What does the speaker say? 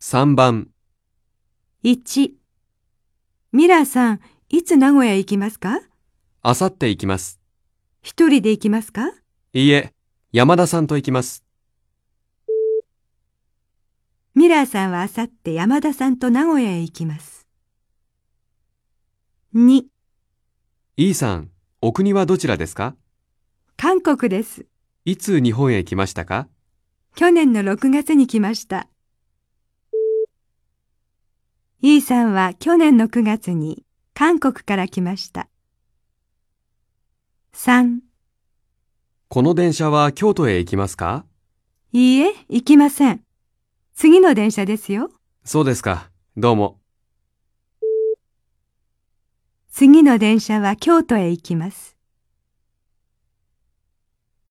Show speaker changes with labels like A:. A: 3番、
B: 1ミラーさん、いつ名古屋行きますか
A: あさって行きます。
B: 一人で行きますか
A: いいえ、山田さんと行きます。
B: ミラーさんはあさって山田さんと名古屋へ行きます。2、
A: E さん、お国はどちらですか
B: 韓国です。
A: いつ日本へ来ましたか
B: 去年の6月に来ました。E さんは去年の9月に韓国から来ました。3、
A: この電車は京都へ行きますか
B: いいえ、行きません。次の電車ですよ。
A: そうですか。どうも。
B: 次の電車は京都へ行きます。